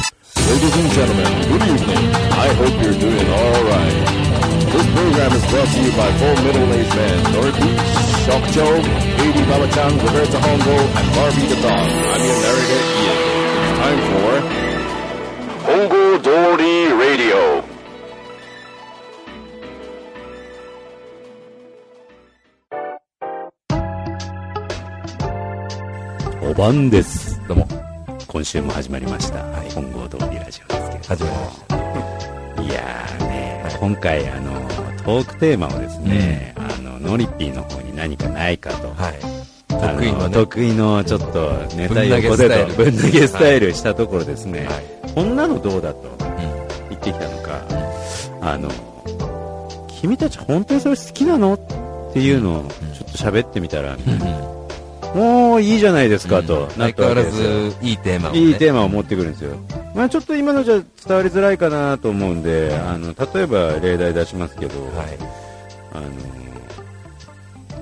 Ladies and gentlemen, good evening. I hope you're doing all right. This program is brought to you by four middle-aged men, Dorothy, Shock Joe, Baby Baba Chan, Roberta Hongo, and Barbie the Dog. I'm your narrator, Ian. It's time for Hongo Dory Radio. お晩です。どうも。今週も始まりました。本郷通りラジオですけれども。。始まりましたいやーね、今回あの、トークテーマをですね、あの、ノリピーの方に何かないかと。はい。あ得意のね得意のちょっとネタぶん投げ横スタでイルとぶん投げスタイルしたところですね、はいこんなのどうだとうん。言ってきたのか、あの、君たち本当にそれ好きなのっていうのをちょっと喋ってみたら、もういいじゃないですかと、な相ったわ変わけでらすよず、いいテーマをね。いいテーマを持ってくるんですよ。まあちょっと今のじゃ伝わりづらいかなと思うんで、あの、例えば例題出しますけど、はあ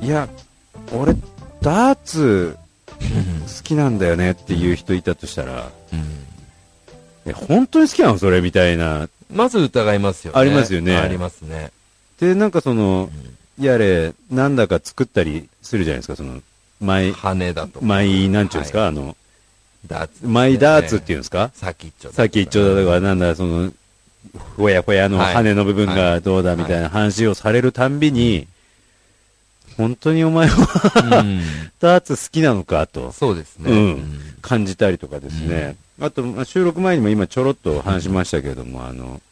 の、いや、俺、ダー ツ好きなんだよねっていう人いたとしたら、い。うんえ本当に好きなのそれみたいな。まず疑いますよね。ありますよねありますね。で、なんかその、やれ、なんだか作ったりするじゃないですか、その、マイ、羽だとか。マイ、なんちゅうんですか、はあの、いダーツ。マイダーツっていいうんう。ですか先っちょ。さっき一応だからなんだ、その、ほやほやのはい羽の部分がどうだみたいな話をされるたんびに、本当にお前はうんダーツ好きなのかとそうですね。うんん感じたりとかですね。あと、まあ収録前にも今ちょろっと話しましたけれども、あの、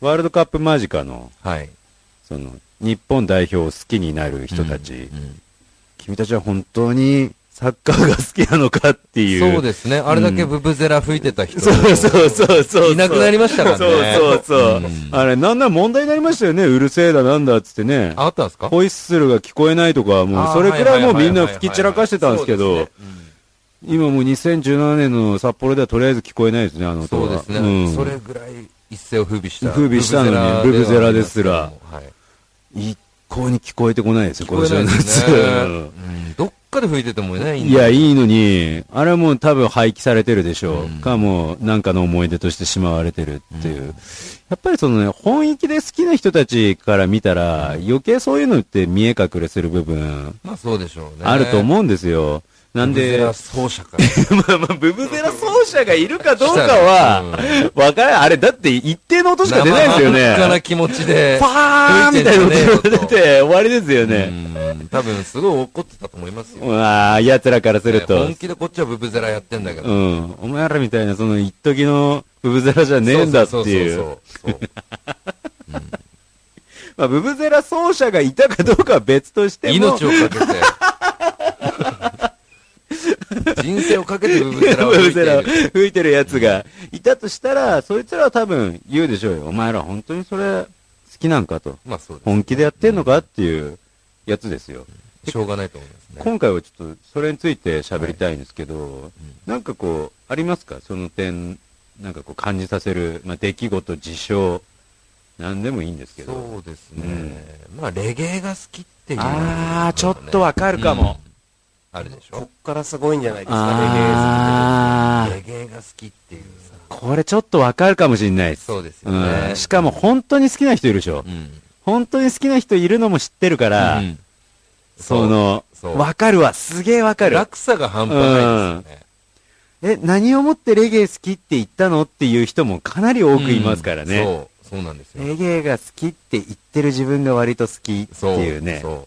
ワールドカップ間近の、はい。その、日本代表を好きになる人たち、うん君たちは本当にサッカーが好きなのかっていう。そうですね。あれだけブブゼラ吹いてた人。そうそうそうそう。いなくなりましたからねそうそうそう。うんあれ、なんなら問題になりましたよね。うるせえだなんだっつってね。ああったんですかホイッスルが聞こえないとか、もうあそれくらいもうみんなはははは吹き散らかしてたんですけそうどで、すねうん今もう2017年の札幌ではとりあえず聞こえないですね、あの音そうは。ですね、んそれぐらい一世を風靡した。風靡したのにブブゼラではありますけどもブはい。一向に聞こえてこないですよ、聞こ今え年なのいです夏。ね。うんうんどっかで吹いててもね、いいんいだや、いいのに、あれはもう多分廃棄されてるでしょう。うんか、もう、なんかの思い出としてしまわれてるっていう。やっぱりそのね、本域で好きな人たちから見たら、余計そういうのって見え隠れする部分、まあそうでしょうね。あると思うんですよ。なんブブゼでラ、奏者から。 まあまあ、ブブゼラ奏者がいるかどうかは、わからない。あれ、だって一定の音しか出ないですよ生半可なね。気持ちで。パーンみたいな音が出て、終わりですよね。うん多分すごい怒ってたと思いますよ。うわあ、奴らからすると。本気でこっちはブブゼラやってんだけうど。ん。お前らみたいな、その、一時の、ブブゼラじゃねえんだってい。そうそうそうそう。まあ、ブブゼラ奏者がいたかどうかは別としても。命をかけて。人生をかけてブブゼラをブブ吹いている。ゼラ吹いてるやつがいたとしたら、そいつらは多分言うでしょうよ。お前ら本当にそれ、好きなんかと。まあそうです。本気でやってんのかっていうやつですよ。しょうがないと思いますね。今回はちょっと、それについて喋りたいんですけど、なんかこう、ありますかその点、なんかこう感じさせる、まあ、出来事、事象、なんでもいいんですけど。そうですね。まあ、レゲエが好きっていう、あーちょっとわかるかもうん。あるでしこょっからすごいんじゃないですかあレゲエが好きっていうさ。あ、これちょっとわかるかもしれないです。そうですよね。ん。しかも本当に好きな人いるでしょ。うん。本当に好きな人いるのも知ってるから、うんその、そうわかるわ。すげえわかる。落差が半端ないですよね。え、何をもってレゲエ好きって言ったのっていう人もかなり多くいますからね。そう、そうなんですよ。レゲエが好きって言ってる自分が割と好きってそう。いうね。そ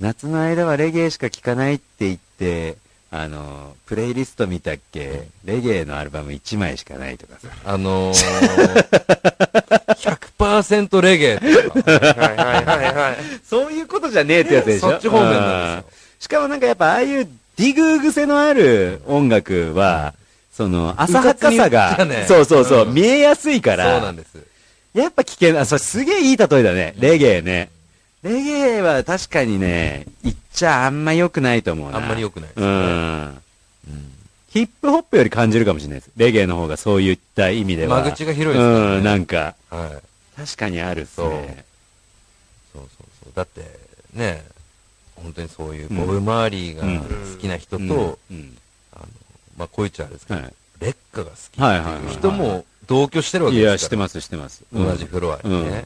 夏の間はレゲエしか聴かないって言って、あの、プレイリスト見たっけ、レゲエのアルバム1枚しかないとかさ。う。あのー、100%レゲエとか。レゲエ好きはいはいはいはい。 そういうことじゃねえってやつでしょそっち方面なんですようんしかもなんかやっぱああいうディグー癖のある音楽は、その、浅はかさうかつに言っちゃが、ねそうそうそう、うん見えやすいそかうならん、です。やっぱ危険な、それすげえいい例えだね、レゲエね。レゲエは確かにね、言っちゃあんま良くないと思うな。あんまり良くないですうね。ん。うんヒップホップより感じるかもしれないです。レゲエの方がそういった意味では。間口が広いですからねうん、なんか、はい。確かにあるっすね。そうそうそう。だって、ね、本当にそういうボブ・マーリーが好きな人と、うん、あの、まあ、こう言っちゃあれですけど、はい劣化が好きってはいはいはいいう人も同居してるわけいですから。や、してます、してます。うん同じフロアにね。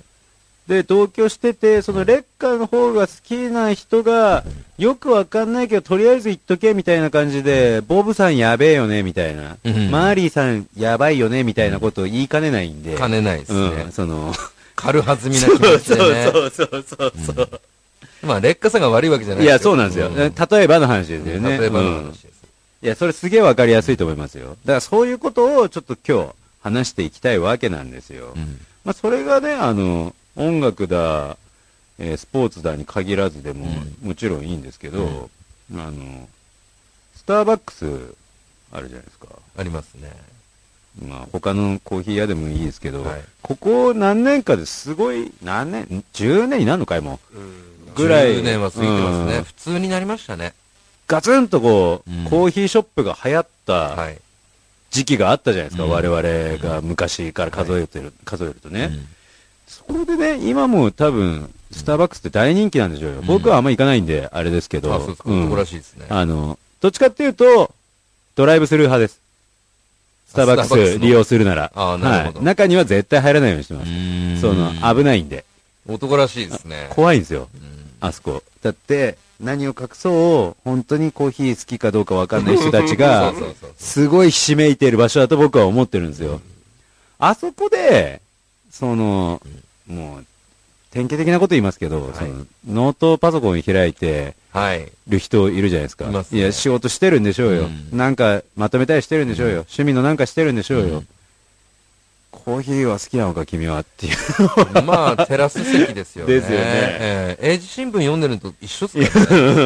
で、同居してて、そのレッカーの方が好きな人が、よくわかんないけど、とりあえず言っとけ、みたいな感じで、ボブさんやべえよね、みたいな。うんマーリーさんやばいよね、みたいなことを言いかねないんで。兼ねないですね。うん、その、軽はずみな気持ちでね。うそうそうそう。まあ、劣化さんが悪いわけじゃないいや、そうなんですよ。例例えばの話ですよね。えばのうん話です。いや、それすげえわかりやすいと思いますよ。だからそういうことをちょっと今日話していきたいわけなんですよ。うんまあそれがね、あの、音楽だ、えースポーツだに限らずでも、もちろんいいんですけど、あの、スターバックスあるじゃないですか。ありますね。まあ他のコーヒー屋でもいいですけど、はいここ何年かですごい、何年、ん10年になるのかいもううんぐらい10年は過ぎてますうね。ん普通になりましたね。ガツンとこう、うんコーヒーショップが流行った、はい。時期があったじゃないですか、うん我々が昔から数えてる、数えるとね、うんそこでね、今も多分、スターバックスって大人気なんでしょうよ。うん僕はあんま行かないんで、あれですけど、あ、そうですか。うんそこらしいですね。あの、どっちかっていうと、ドライブスルー派です。スターバックスターバックススの利用するなら。あーなるほどはい。中には絶対入らないようにしてます。そその、危ないんで。男らしいですね。怖いんですよ、うんあそこ。だって、何を隠そう、本当にコーヒー好きかどうかわかんない人たちが、そうそうそうすごいひしめいている場所だと僕は思ってるんですよ。あそこで、その、もう、典型的なこと言いますけど、いそのノートパソコン開いてはい。る人いるじゃないですか。いますねや、仕事してるんでしょうよ、うんなんかまとめたりしてるんでしょうよ。趣味のなんかしてるんでしょうよ。うんコーヒーは好きなのか、君はっていう。 まあ、テラス席ですよね。ですよねええ英字新聞読んでるのと一緒 ですからね。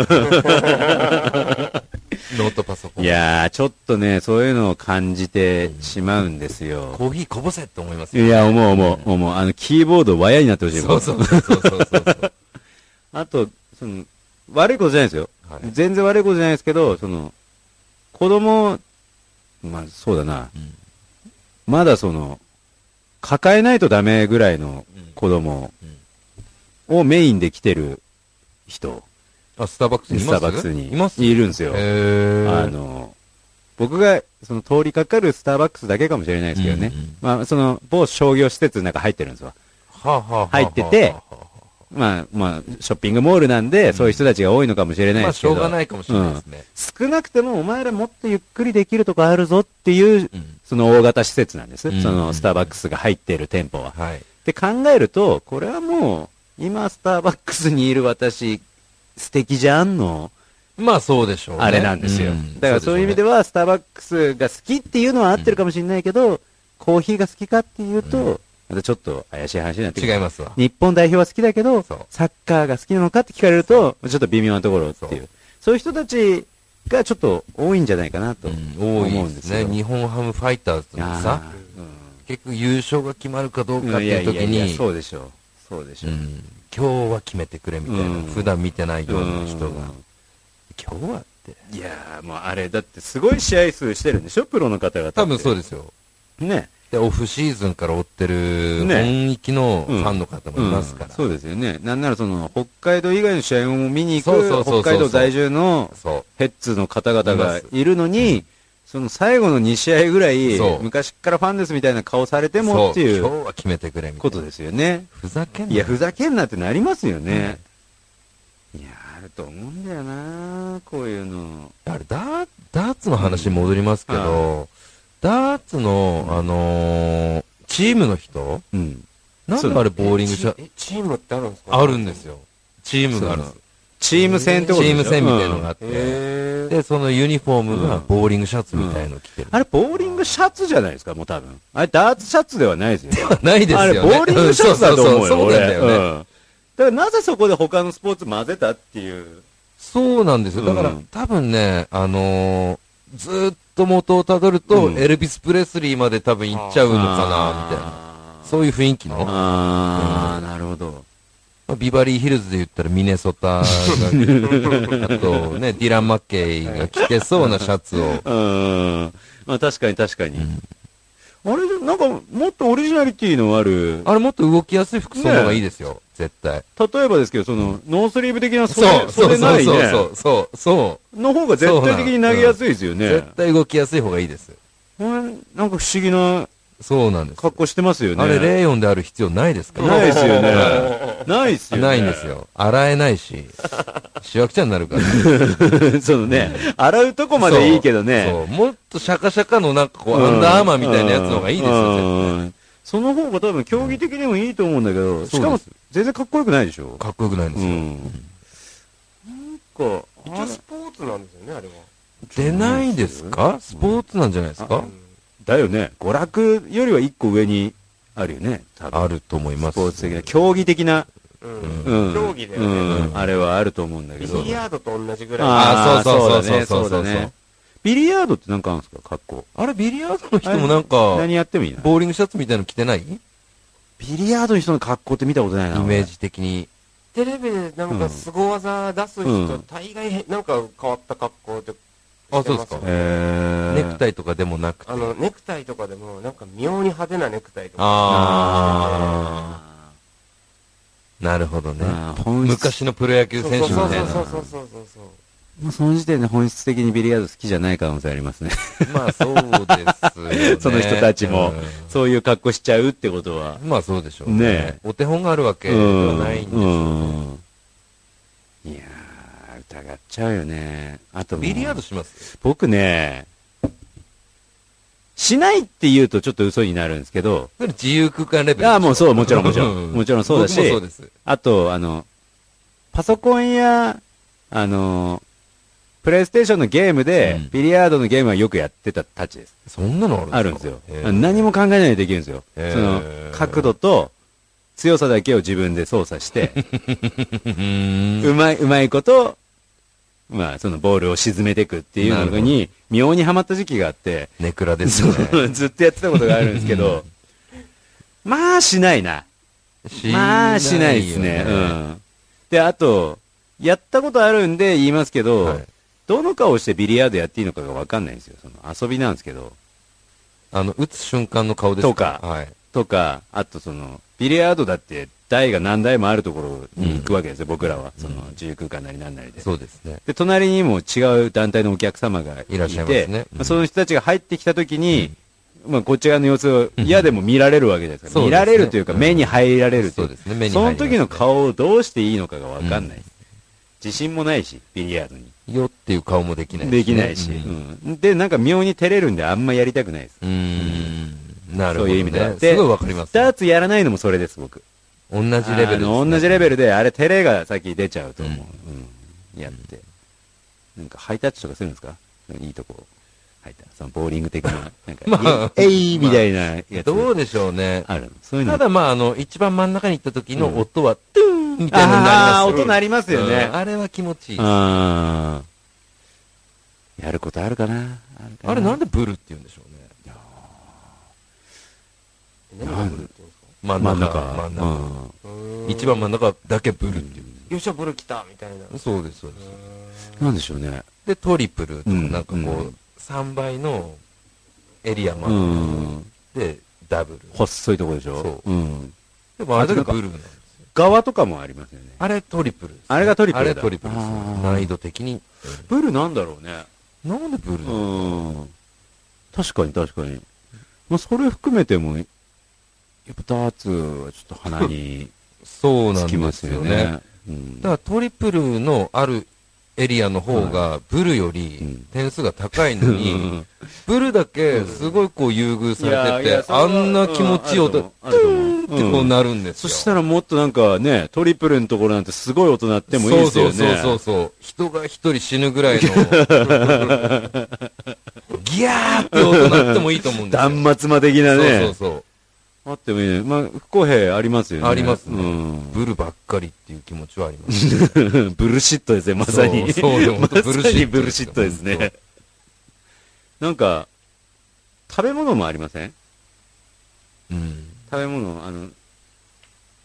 ノートパソコン。いやー、ちょっとね、そういうのを感じてしまうんですよ。コーヒーこぼせって思いますいよ。や、思う思う、思う。あの、キーボード、わやになってほしいもそんうそうそうそうそうそう。あと、その、悪いことじゃないですよ。はい全然悪いことじゃないですけど、その、子供、まあ、そうだな。うんまだその、抱えないとダメぐらいの子供をメインで来てる人、あ、スターバックスにいますスターバックスにいまするんですよ。えあの、僕が、その、通りかかるスターバックスだけかもしれないですけどね。うんうんまあ、その、某商業施設の中入ってるんですわ。はあはあはあはあ入っててまあ、まあ、ショッピングモールなんで、そういう人たちが多いのかもしれないまあ、ですしけょど。うがないかもしれないですね。少なくてもお前らもっとゆっくりできるとこあるぞっていう、うんその大型施設なんです。うんそのスターバックスが入っている店舗は。はい。って考えると、これはもう、今スターバックスにいる私、素敵じゃんの、まあ、そうでしょうね。あれなんですよ。だからそういう意味では、は、スターバックスが好きっていうのは合ってるかもしれないけど、コーヒーが好きかっていうと、またちょっと怪しい話になってくる違いますわ。日本代表は好きだけどそう、サッカーが好きなのかって聞かれると、ちょっと微妙なところっていう。そそういう人たちがちょっと多いんじゃないかなと多思ういんでですすよ。ね。日本ハムファイターズのさ、あ結局優勝が決まるかどうーかっていう時いやいやいにや、そうでしょう。そうでしうょう。ん今日は決めてくれみたいな、うん普段見てないような人が、今日はって。いやー、もうあれ、だってすごい試合数してるんでしょプロの方々って。多分そうでですよ。す。ね。で、オフシーズンから追ってる、ね本域のファンの方もいますから。うんそうですよね。なんならその、北海道以外の試合も見に行そうそうそく、うそう北海道在住のそヘッツの方々がいますいるのに、その最後の2試合ぐらいそ、う昔からファンですみたいな顔されてう。もっていそう今日は決めてくれみたこいな。とですよね。ふざけんないや、ふざけんなってなりますよね。いや、あると思うんだよなこういうの。あれ、ダーダーツの話に戻りますけど、ダーツの、あのーチームの人うん。なんであれボーリングしゃえチチームってあるんですかあるんです。よ。チームがあるんです。チーム戦ってチことでしーょム戦みたいなのがあって、へえ。で、そのユニフォームがボーリングシャツみたいの着てる。あれ、ボーリングシャツじゃないですか、もう多分。あれ、ダーツシャツではないですよ。ないですよね。あれ、ボーリングシャツだと思うよ、んそうそうそうそう俺。なんだよね。うんだから、なぜそこで他のスポーツ混ぜたっていう。そうなんですよ。だから、うん多分ね、あのーずーっと元をたどると、うんエルビス・プレスリーまで多分行っちゃうのかな、みたいなな。そういう雰囲気の。まあー、なるほど。あビバリーヒルズで言ったらミネソタ が、あと ね、ディラン・マッケイが着てそうなシャツを。うん。まあ、確かに確かに。あれ、なんか、もっとオリジナリティのある、あれもっと動きやすい服装の方がいいですよ、絶対。例えばですけど、その、ノースリーブ的な袖そう、そう袖そなういそう、ねそう、そう、その方が絶対的に投げやすいですよう、ね絶。対動きやすい方がいいです。これなんか不思議なそうなんです。格好してますよね。あれ、レーヨンである必要ないですから。ないですよね。ないですよね。 ないんですよ。洗えないし、しわくちゃになるから。 そのね、洗うとこまでいいけどね。そうそうもっとシャカシャカのなんかこう、アンダーアーマーみたいなやつの方がいいですよ、絶よ、その方が多分競技的にもいいと思うんだけど、しかも全然かっこよくないでしょ対。かっこよくないんでうすよ。ん。なんか、一応スポーツなんですよね、あれは。出ないですかスポーツなんじゃないですかだよね。娯楽よりは一個上にあるよね。多分あると思いまスす。ポーツ的な、競技的な、うん。ううんん。競技だようね。んあれはあると思うんだビけど。リヤードと同じぐらい。ああ、あそーそうそううそうそうそうそそううだね。ビリヤードってなんかあるんですか格好。あれ、ビリヤードの人もなんか、何やってもいいな。ボーリングシャツみたいの着てないイビリヤードの人の格好って見たことないな。メージ的に。テレビでなんうんか凄技出すう人ん、大概へなんか変わった格好で。あそうですかしてますよねえネクイ。タイとかでもなくて。あの、ネクタイとかでも、なんか妙に派手なネクタイとか。あー、なるほどね。あー本質昔のプロ野球そう選手みたいな。そうそうそうそうそう。もうその時点で本質的にビリヤード好きじゃない可能性ありますね。。まあそうですよねその人たちもうん そういう格好しちゃうってことは。まあそうでしょうねえお手本があるわけではないんですようね。んいやー、疑っちゃうよね。あともうビリヤードします僕ね、しないって言うとちょっと嘘になるんですけど、それ自由空間レベルでしょ。ああ、もうそう、もちろんもちろん。うもちろんそうだし、僕もそうです。あと、あの、パソコンや、あの、プレイステーションのゲームで、うんビリヤードのゲームはよくやってたたちです。そんなのああるるんんでですすかよ。へえ何も考えないでできるんですよ。へえその、角度と強さだけを自分で操作 して、うーんうまい、うまいこと、まあ、そのボールを沈めていくっていうのに、妙にハマった時期があって、ネクラですよね。そう ずっとやってたことがあるんですけ ど、まあ、しないな。まあ、しないですね。ようん。で、あと、やったことあるんで言いますけど、はいどの顔してビリヤードやっていいのかがわかんないんですよ。その遊びなんですけど。あの、打つ瞬間の顔ですとかはい。とか、あとその、ビリヤードだって台が何台もあるところに行くわけですよ、僕らは。その、自由空間なりなんなりで。そうですね。で、隣にも違う団体のお客様がいて、いらっしゃいますねうんあその人たちが入ってきたときに、まあ、こっち側の様子を嫌でも見られるわけですから、そうですね見られるというか、うん目に入られるといそうですね目に入りそまのすね時の顔をどうしていいのかがわかんない、うん自信もないし、ビリヤードに。よっていう顔もできないしねできないし、うんうんで、なんか妙に照れるんで、あんまやりたくないです。うーん。なるそうほどね。いう意味で。すごいわかります。ダーツやらないのもそれです、僕。同じレベルであすね。の同じレベルで、あれ、照れが先出ちゃうと思う。うん。やって。なんか、ハイタッチとかするんですかいいとこ。ハイタッチ。その、ボーリング的 な。なんか、まあえいみたいなやつ。どうでしょうね。あるのそういうの。ただまあ、あの、一番真ん中に行った時の音は、トゥーンみたいなのになりますああー、よ音鳴りますよねうん。あれは気持ちいい。ああーやることあるかなあるかれなんでブルって言うんでしょうね。何がブルって言うんですか真ん真中。ん中。真ん中うんうーん一番真ん中だけブルっていう。よっしゃ、ブル来たみたいな。そうです、そうです。なんでしょうね。で、トリプルとか、うんなんかこうう、3倍のエリアうまん。で、ダブル。細いとこでしょ。そうん。でもあれがブルなんですよ。側とかもありますよね。あれトリプルですね。あれがトリプルだあれトリプルですねあー難易度的に。ブルなんだろうね。なんでブルなのうん。確かに確かに。まあ、それ含めても、やっぱダーツはちょっと鼻にそうなつんきまですすよよねね。。うんだからトリプルのあるエリアの方が、ブルうよんり点数が高いのうにん、ブルだけすごいこう優遇いやされいやてて、それはあんな気持ちようと、んトあると思うゥーンってこうなるんですそよ。したらもっとなんかね、トリプルのところなんてすごい音鳴ってもいいですよね。そうそうそうそう。人が一人死ぬ ぐらいの、ギャーって音なってもいいと思うんですよ。断末魔的なね。そうそうあってもいいね。まあ、不公平ありますよそう。ね。ありますうねん。。ブルばっかりっていう気持ちはあります。 ブルシットですね、まさに。そうそうよ ま本当さにブブルルシシッットトでですすね。なんか、食べ物もありませんうん。食べ物、あの、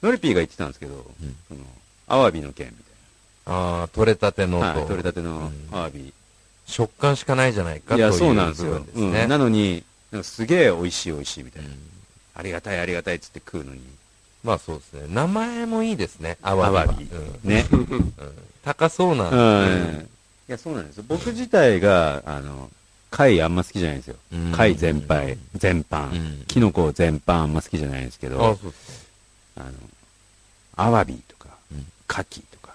ノリピーが言ってたんですけど、うんそのアワビの件みああ、取れたてのたいと、な。はい、取れたてのうんアワビ。食感しかないじゃないかいというや、部そう分なんでですすよ。うんね。なのに、なんかすげえ美味しい美味しいみたういな。んありがたいありがたいっつって食うのに。まあそうですね。名前もいいですね。アワビは。アワビうんね。高そうな。うん。いや、そうなんですよ。僕自体が、あの、貝あんま好きじゃないんですようん。貝全般、全うん般。キノコ全般あんま好きじゃないんですけど、うです。あの、アワビとかうん、カキとか、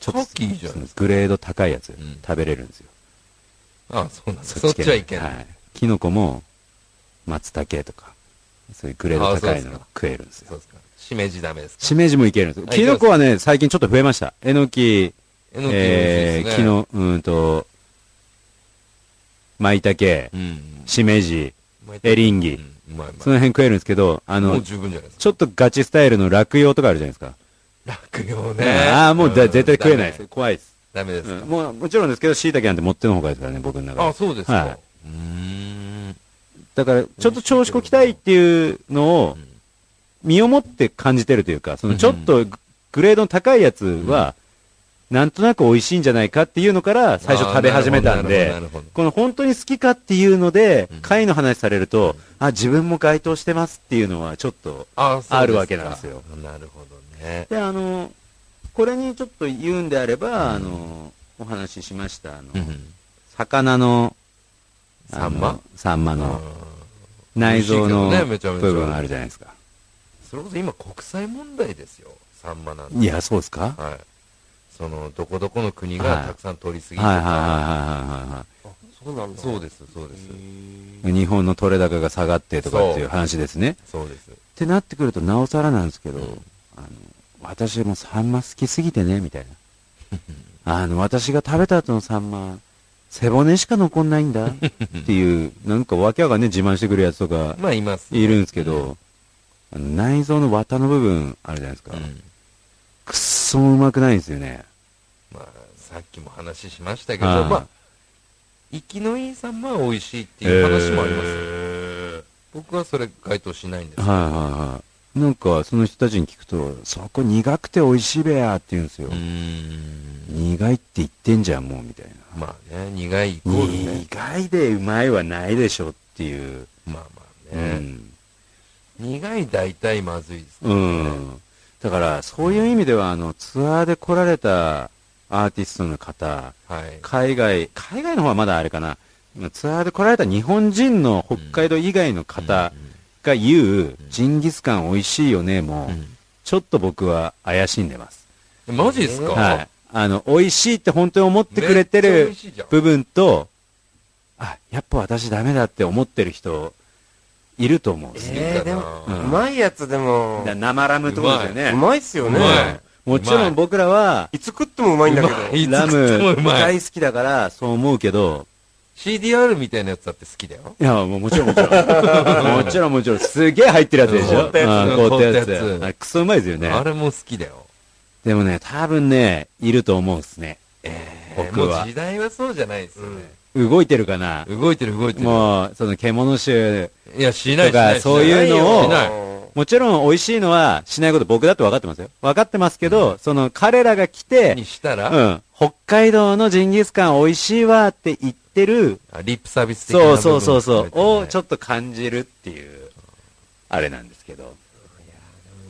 ちょっといいじゃそのん。グレード高いやつん食べれるんですよ。あ、そうなんです。そっちはいけはない。い。キノコも、松茸とか、そういうグレード高いのが食えるんですよそう。ですか。しめじダメですか。しめじもいけるんですよ。あキノコはね、最近ちょっと増えました。えのき、えのき美味しいえー、ですきね。の、うーんと、まいたけ、うん。しめじ、巻いてエリンうギ、んうまいうまその辺食えるんですけど、あい。ものう、十分じゃないですか。ちょっとガチスタイルの落葉とかあるじゃないですか。楽よね。ああ、もうだ絶対食えないでですす。。怖いです。ダメですうんか。もう、もちろんですけど、椎茸なんて持ってのほかですからね、僕の中あ、で。そうですはいか。うーん。だから、ちょっと調子こきたいっていうのをん、身をもって感じてるというか、そのうんちょっとグレードの高いやつは、なんとなく美味しいんじゃないかっていうのから、最初食べ始めたんあーなでるほどなるほどなるほど、この本当に好きかっていうのでうん、貝の話されると、あ、自分も該当してますっていうのは、ちょっと、ああるわけなんですよ。そうかなるほどね。で、あの、これにちょっと言うんであれば、あの、お話ししました、あの、うん。魚の、あのサンマサンマあのー内臓の美味しいけどねめちゃ部めちゃ分あるじゃないですか。それこそ今国際問題ですよ。サンマなんて。いや、そうですかははい。その、どこどこの国はがいたくさん取りすいぎてはいはいた。はいはあそうなんだ。そうです、そうです。へいはい。日本の取れ高が下がってとかっていう話ですね。っそうです。てなってくると、なおさらなんですけど、うんあの、私もサンマ好きすぎてね、みたいな。 あの、私が食べた後のサンマ、背骨しか残んないんだっていう、なんかわけわかんねえ自慢してくるやつとかまあ、います。いるんですけど、あの内臓の綿の部分あるじゃないですかう。ん。くっそもうまくないんですよね。まあ、さっきも話しましたけど、はいまあ、生きのいいサンマは美味しいっていう話もありますよ。僕はそれ該当しないんですけはいどはいはい。なんか、その人たちに聞くと、そこ苦くて美味しいべやって言うんですよ。うーん。苦いって言ってんじゃん、もう、みたいな。まあね、苦いイコールね。苦いでうまいはないでしょっていう。まあまあうね。ん。苦い大体まずいですからうね。ん。だから、そういう意味では、あの、ツアーで来られたアーティストの方、はい。海外、海外の方はまだあれかな、ツアーで来られた日本人の北海道以外の方が言う、ジンギスカン美味しいよね、もう。ちょっと僕は怪しんでます。うんマジですかはい。あの、美味しいって本当に思ってくれてめっちゃ美る味しいじゃん部分と、あ、やっぱ私ダメだって思ってる人、いると思うんですよ。えー、でも、ううんまいやつでも、だ生ラムってことですよね。うまいっすよね、う。まいもちろん僕らはいつ食ってもうまいんだけど。うまい ラいつ食ってもムうまい大好きだからそう思うけど、 CDR みたいなやつだって好きだよ。いや、もうもちろんもちろん。もちろんも ちろん。すげえ入ってるやつでしうんょ凍ったやつうん凍ったや凍ったやつ。つあれクソうまいですよね。あれも好きだよ。でもね、多分ね、いると思うんですね。僕もうは時。代はそうじゃないですよね。動いてるかな動いてる動いてる。もう、その獣種、いや、しないしとかないしない。そういうのをしない。もちろん美味しいのはしないこと僕だって分かってますよ。分かってますけど、その彼らが来てに、したら、うん、北海道のジンギスカン美味しいわって言ってる、あリップサービス的なそうそうそうそう、をちょっっと感じるっていう、あれなんですけど。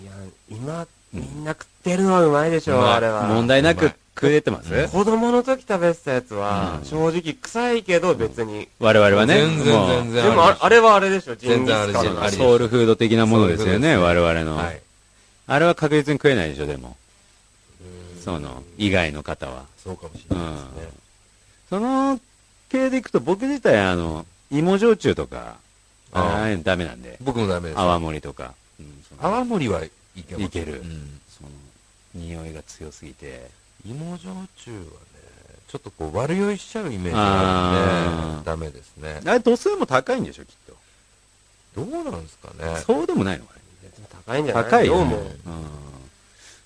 いや、今、みんな食ってるのはうまいでしょ、うまいあれは。問題なうまくい食えてます、子供の時食べてたやつはう、ん正直臭いけど別に。我々はね。全然全で然。もあ、あれはあれでしょ、ジ全ンギ然スカあンれのじゃんもうありソウルフード的なものですよね、ソウ我ル々の、はい。あれは確実に食えないでしょ、でも。その、以外の方は。そうかもしれないですね。その系でいくと、僕自体、あの、芋焼酎とか、ああああいうのダメなんで、僕もダメです。泡盛とか、うん、その泡盛はいけますいけるうんその匂いが強すぎて、芋焼酎はね、ちょっとこう悪酔いしちゃうイメージがあるんあーで、ダメですね。あれ度数も高いんでしょ、きっどうなんですかと。ね。そうでもないのかね。高いんじゃない高い量よ、も。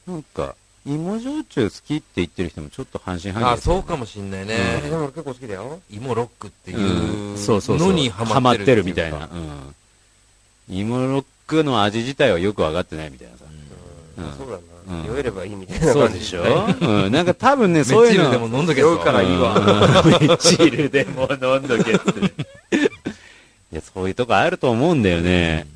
うん。なんか、芋焼酎好きって言ってる人もちょっと半信半疑あ、ですよそうかもしんないね。えーでも俺結構好きだよ。芋ロックっていうんうそうそうそうのにハマってハるマみたいっな。てう。うん芋ロックの味自体はよくわかってないみたいなさ。うんうんそうだうんな。酔えればいいみたいなそう感でじ。しょうん。なんか多分 ね、そうメッいチうルの。でも飲んどけ酔うからいいわ。 うんチルでも飲んどけって。いや、そういうとこあると思うんだよね。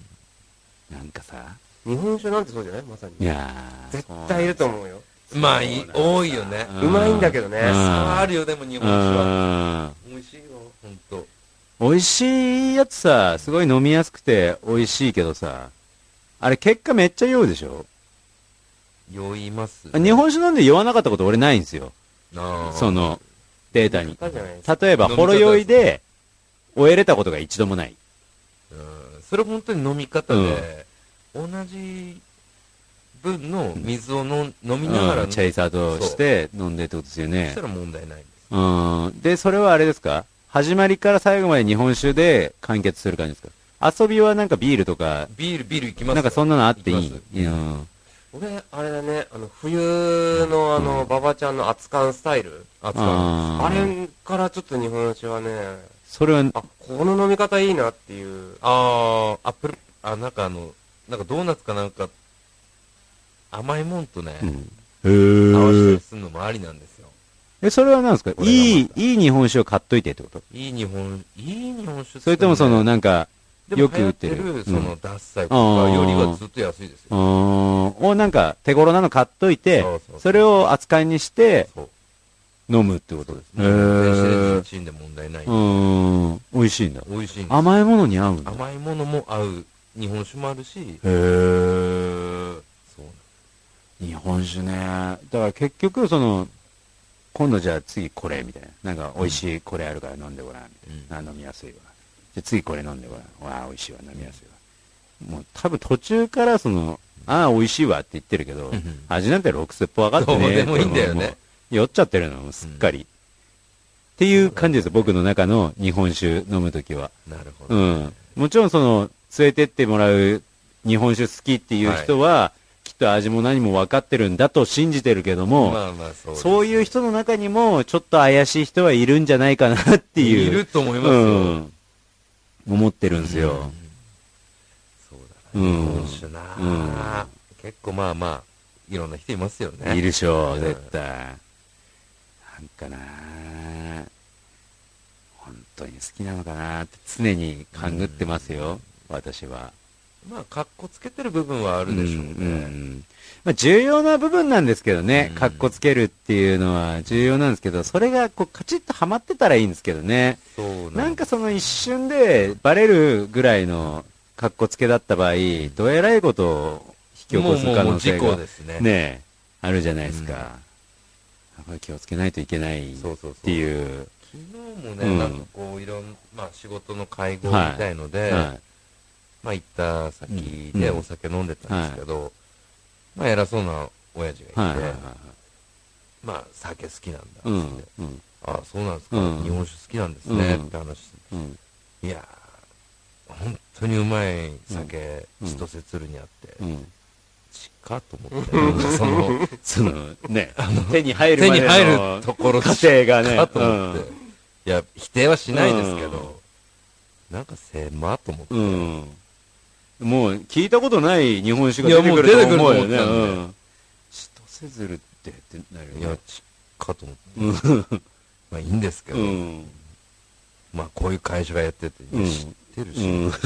なんかさ、日本酒なんてそうじゃないまさに。いやー絶対いると思うよ。まあいい多いよねううまいんだけどうんね。あるよでも日そう本酒はなんですよ美味しいよ本当美味しいやつさ、すごい飲みやすくて美味しいけどさ、あれ結果めっちゃ酔うでしょ酔います、日本酒飲んで酔わなかったこと俺ないんですよ。あーその、データに。方じゃないですか例えば、ほろ酔いで、終えれたことが一度もない。うんそれ本当に飲み方で、同じ分の水をの飲みながら、うんチェイサーとして飲んでってことですよそねした。ら問題ないんです。うん。で、それはあれですか始まりから最後まで日本酒で完結する感じですか遊びはなんかビールとか、ビール、ビールいきますなんかそんなのあってい行いきますうん。俺、あれだね、あの、冬のあの、馬場ちゃんの熱燗スタイル。扱あーあれからちょっと日本酒はね、それは、あ、この飲み方いいなっていう。あー、アップル、あ、なんかあの、なんかドーナツかなんか、甘いもんとね、うん。合わせたへりするのもありなんですよ。え、それはなんですかこれがいい、いい日本酒を買っといてってこといい日本、いい日本酒っつってねそれともその、、なんか、でもよく売ってる流行うんその、ダッサイとかよりはずっと安いですうーよ。ん、をなんか手頃なの買っといてそうそうそ、うそれを扱いにしてそう。飲むってことですね。へ電子レンジーでチンで問題ない。うーん、美味しいんだ。美味しいんです甘いものに合うんだ。へ甘いものも合う日本酒もあるし、ーそう日本酒ね。だから結局、その、今度じゃあ次これみたいな。なんか美味しいこれあるから飲んでごらん。みたいなあ飲みやすいわ。じゃあ次これ飲んでごらん。わあ、美味しいわ。飲みやすいわ。もう多分途中からその、ああ、美味しいわって言ってるけどうんうん、味なんてろくすっぽ分かってねどうえでもいいんだよねもう酔っちゃってるの、もうすっかり。っていう感じです、僕の中の日本酒飲むときは。なるほうど。ん。もちろんその、連れてってもらう日本酒好きっていう人は、きっと味も何も分かってるんだと信じてるけども、まあまあそうです。そういう人の中にも、ちょっと怪しい人はいるんじゃないかなっていう。いると思いますうよ。ん。思ってるんですよ。そううだんな。日本酒な。結構まあまあ、いろんな人いますよね。いるでしょうう、ん絶対。なんかな本当に好きなのかなって常に勘ぐってますよ、私は。まあ、格好つけてる部分はあるでしょううんうね。んまあ、重要な部分なんですけどね、うんかっこつけるっていうのは重要なんですけど、それがこうカチッとはまってたらいいんですけどね。そうなんかその一瞬でバレるぐらいのかっこつけだった場合、どえらいことを引き起こす可能性もうもうもう事が故ですねねあるじゃないですか。これ気をつけないといけないっそうそうそうていう。昨日もね、うんなんかこう、いろん、まあ仕事の会合みたいので、はいまあ行った先でうんお酒飲んでたんですけど、まあ偉そうな親父はいがいはいて、はいはいまあ酒好きなんだっつって、うんうんああ、そうなんですか、うん日本酒好きなんですね、うんって話してうんいやー、本当にうまい酒、うん千歳鶴にあって、 うんちっかと思って、なん かその、そのね、手に入る手まにでの入るところ過程がねかと思って、いや、否定はしないですけど、なんか狭っと思って、うん。もう聞いたことない日本酒が出てくるいやと思もうう出よね。てくると思ったんうでん。千歳鶴ってってなるよいやね。、ちっかと思って、うんまあいいんですけど、うん。まあこういう会社がやってて、いやうん知ってるし、うんちっ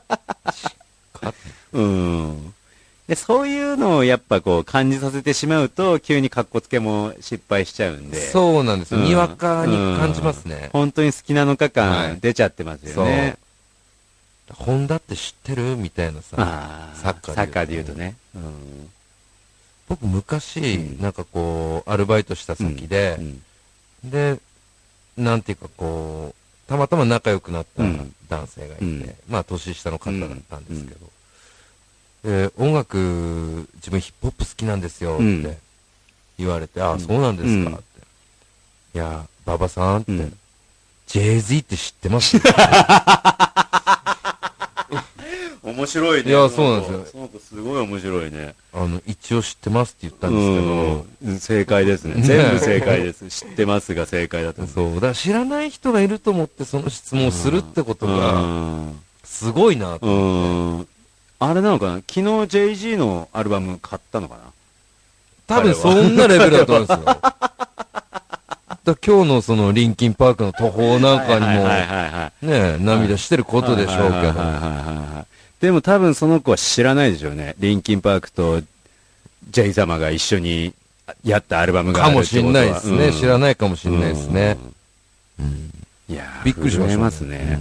かうん。で、そういうのをやっぱこう感じさせてしまうと、急に格好つけも失敗しちゃうんで。そうなんですよ、うんにわかに感じますね。本当に好きなのかは感い出ちゃってますよね。ホンダって知ってるみたいなさあ、ーサッカーサッカーで言うねとね。うん。僕昔、うんなんかこう、アルバイトした先でう、んで、なんていうかこう、たまたま仲良くなったうん男性がいて、うんまあ年下の方だったんですけど、で音楽、自分ヒップホップ好きなんですよっうんて言われて、ああ、そうなんですかって。いや、馬場さんって、うんジェイズイって知ってま すい面白いね。いやそうなんですよその子すごい面白いね。あの、一応知ってますって言ったんですけど、うん正解ですね。ね全部正解です。知ってますが正解だと思う。そう、だから知らない人がいると思ってその質問をするってことが、うんすごいなとう思って。ん。あれなのかな昨日 JG のアルバム買ったのかな多分そんなレベルだと思うん ですよ。だから今日のそのリンキンパークの途方なんかはいにも、はいねはいはい。え、涙してることでしょうはいはけいど、はいはいはい。でも多分その子は知らないでしょうね。リンキンパークとジェイ様が一緒にやったアルバムがあかるもってしことんはないですね。知らいないかもしんないですね。いやーびっくりしましたね震えますね。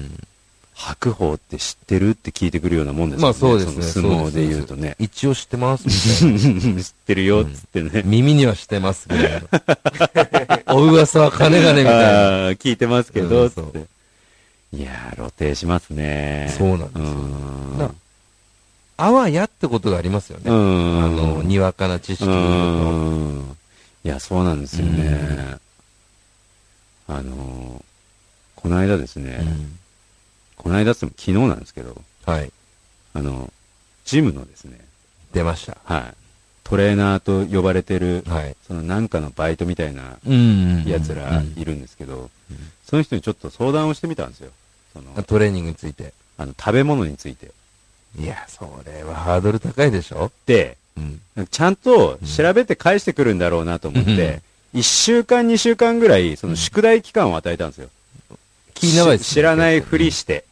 白鵬って知ってるって聞いてくるようなもんですよまあね。そうですね。その相撲で言うとね。一応知ってますみ知 ってるよっつってたいね。な。耳にはしてますみたい な。お噂は金がねみたいああ ー聞いてますけうど、んつそっうて。いやー、露呈しますねな。。そうなんでうすよ。ん。なあわやってことがありますよね。うんあの、にわかな知識うで言うとん。いや、そうなんですよね。あのー、この間ですね、うんこの間っつっても昨日なんですけど、はい。あの、ジムのですね、出ました。はい、トレーナーと呼ばれてる、はい。そのなんかのバイトみたいなうんやつらうんいるんですけどうん、その人にちょっと相談をしてみたんですよ。その、トレーニングについて。あの、食べ物について。いや、それはハードル高いでしょで、うん。ちゃんと調べて返してくるんだろうなと思っうんて、1週間、2週間ぐらい、その宿題期間を与えたんですよ。気長いですねし知らないふりして、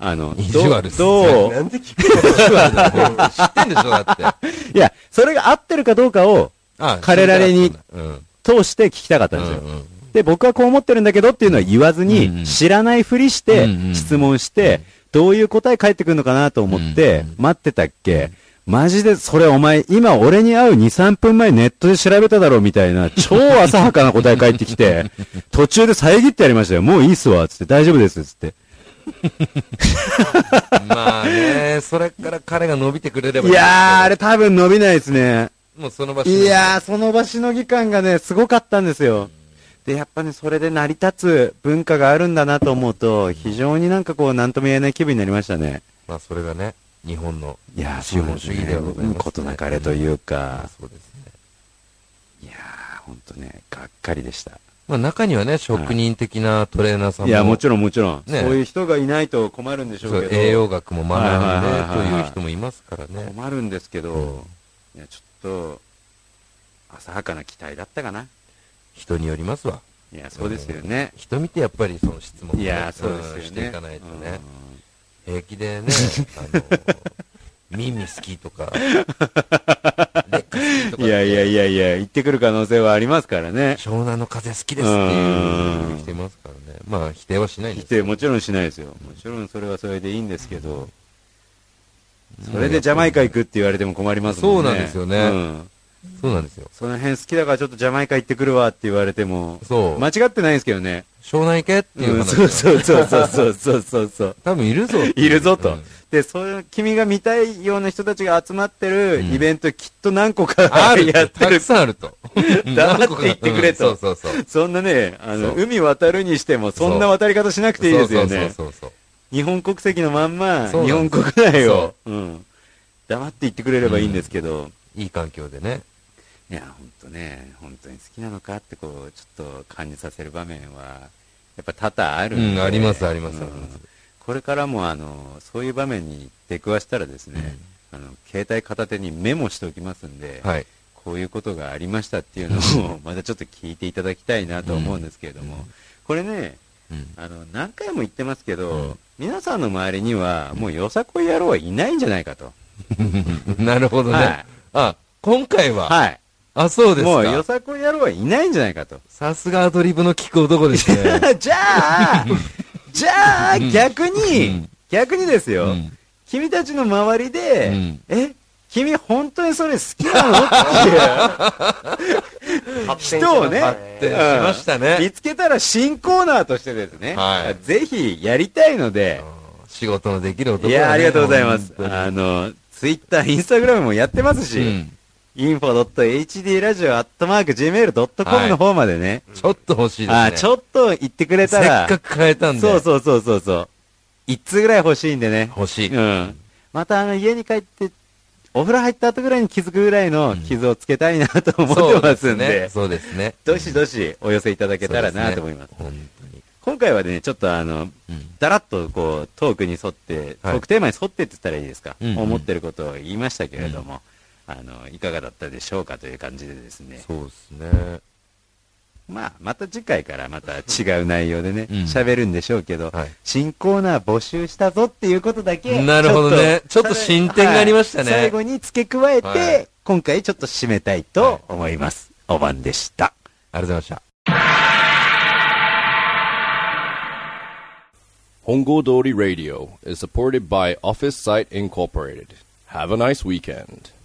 あの、意地ど悪っう、すねどうなんで 聞く知ってんでしょだって。いや、それが合ってるかどうかをあ 彼らにうん。通して聞きたかったんですよ。うんうんで、僕はこう思ってるんだけどっていうのは言わずに、うんうん知らないふりしてうんう、ん質問して、どういう答え返ってくるのかなと思ってうんうん、待ってたっけ、マジで、それお前、今俺に会う2、3分前ネットで調べただろうみたいな、超浅はかな答え返ってき て、途中で遮ってやりましたよ。もういいっすわ、つって、大丈夫です、つって。まあね、それから彼が伸びてくれればいやー、あれれ多分伸びないですね。もうその場所いやー、その場しのぎ感がね、すごかったんですよ。で、やっぱね、それで成り立つ文化があるんだなと思うと、非常になんかこう、なんとも言えない気分になりましたね。まあそれがね、日本のいやー、資本主義ではございますねことなかれというか、そうですね。いやー、ほんとね、がっかりでした。まあ中にはね、職人的なトレーナーさんも、いや、もちろんもちろん、ねそういう人がいないと困るんでしょそううけど、栄養学も学んはでいはいはいはいとはいいう人もいますからね。困るんですけど、うんいや、ちょっと、浅はかな期待だったかな。人によりますわ。いや、そうですよね。人見てやっぱりその質問をねいやー、そうですよね。んしていかないとね。うん平気でね、あの、耳好きとか、劣化好きとか、いやいやいやいや、行ってくる可能性はありますからね。湘南の風好きですっていうふうに来てますからね。まあ、否定はしないんで否すけ定どもちろんしないですよ。もちろんそれはそれでいいんですけど、それでジャマイカ行くって言われても困りますもんね。そうなんですよねんそうなんですよ。その辺好きだからちょっとジャマイカ行ってくるわって言われても、そう間違ってないんですけどね。湘南行けっていううん話。そうそうそうそうそうそうそう。多分いるぞってう。いるぞと。うんで、そういう、君が見たいような人たちが集まってるうんイベントきっと何個か あるやってたくる。さんあると。 黙って行ってくれとうんそうそうそう。そんなね、あの、そう海渡るにしてもそんな渡り方しなくていいですよね。そうそうそうそう。日本国籍のまんま、そう日なん本です国内を、うん、黙って言ってくれればいいんですけど、いい環境でね。いや、ほんとね、本当に好きなのかってこう、ちょっと感じさせる場面は、やっぱ多々あるんで、うんありますありますうんありますこれからも、あの、そういう場面に出くわしたらですね、あの、携帯片手にメモしておきますんで、はい。こういうことがありましたっていうの を、またちょっと聞いていただきたいなと思うんですけれども、うんこれね、うんあの、何回も言ってますけど、うん皆さんの周りには、もうよさこい野郎はいないんじゃないかと。 なるほどはいね。あ、今回は、はい。あ、そうですもうよか。さこい野郎はいないんじゃないかと。さすがアドリブの聞く男ですね。 じゃあ、じゃあ、逆うにん、逆にですよ、うん君たちの周りで、うんえ君本当にそれ好きなの人をねってしました っていう見ね。つけたら新コーナーとしてですね、はいぜひやりたいので、仕事のできる男だいねや、ありがとうございます本。当にあの、ツイッター、インスタグラムもやってますし、うんインフォ .hdradio.gmail.com はいの方までね、ちょっと欲しいですね。あちょっと言ってくれたせっら、かく変えたんで。そうそうそうそうそう。一通ぐらい欲しいんでね。欲しい。うん。またあの家に帰って、お風呂入った後ぐらいに気づくぐらいの傷をつけたいなと思ってますんで、そうですね。そうどですね。しどしお寄せいただけたらなと思います。そうでね本今回はね、ちょっとあの、当に。だらっとこう、トークに沿って、トはいークテーマに沿ってって言ったらいいですか、うんうん思ってることを言いましたけれども、あの、いかがだったでしょうかという感じでですね。そうですね。まあ、また次回からまた違う内容でね、うん喋、るんでしょうけど、はい新コーナー募集したぞっていうことだけ。なるほどねちょっちとょっと進展がありましたねはい最後に付け加えて、はい今回ちょっと締めたいと思います。おばんでした。ありがとうございました。 Hongo Dori Radio is supported by Office Site Incorporated. Have a nice weekend.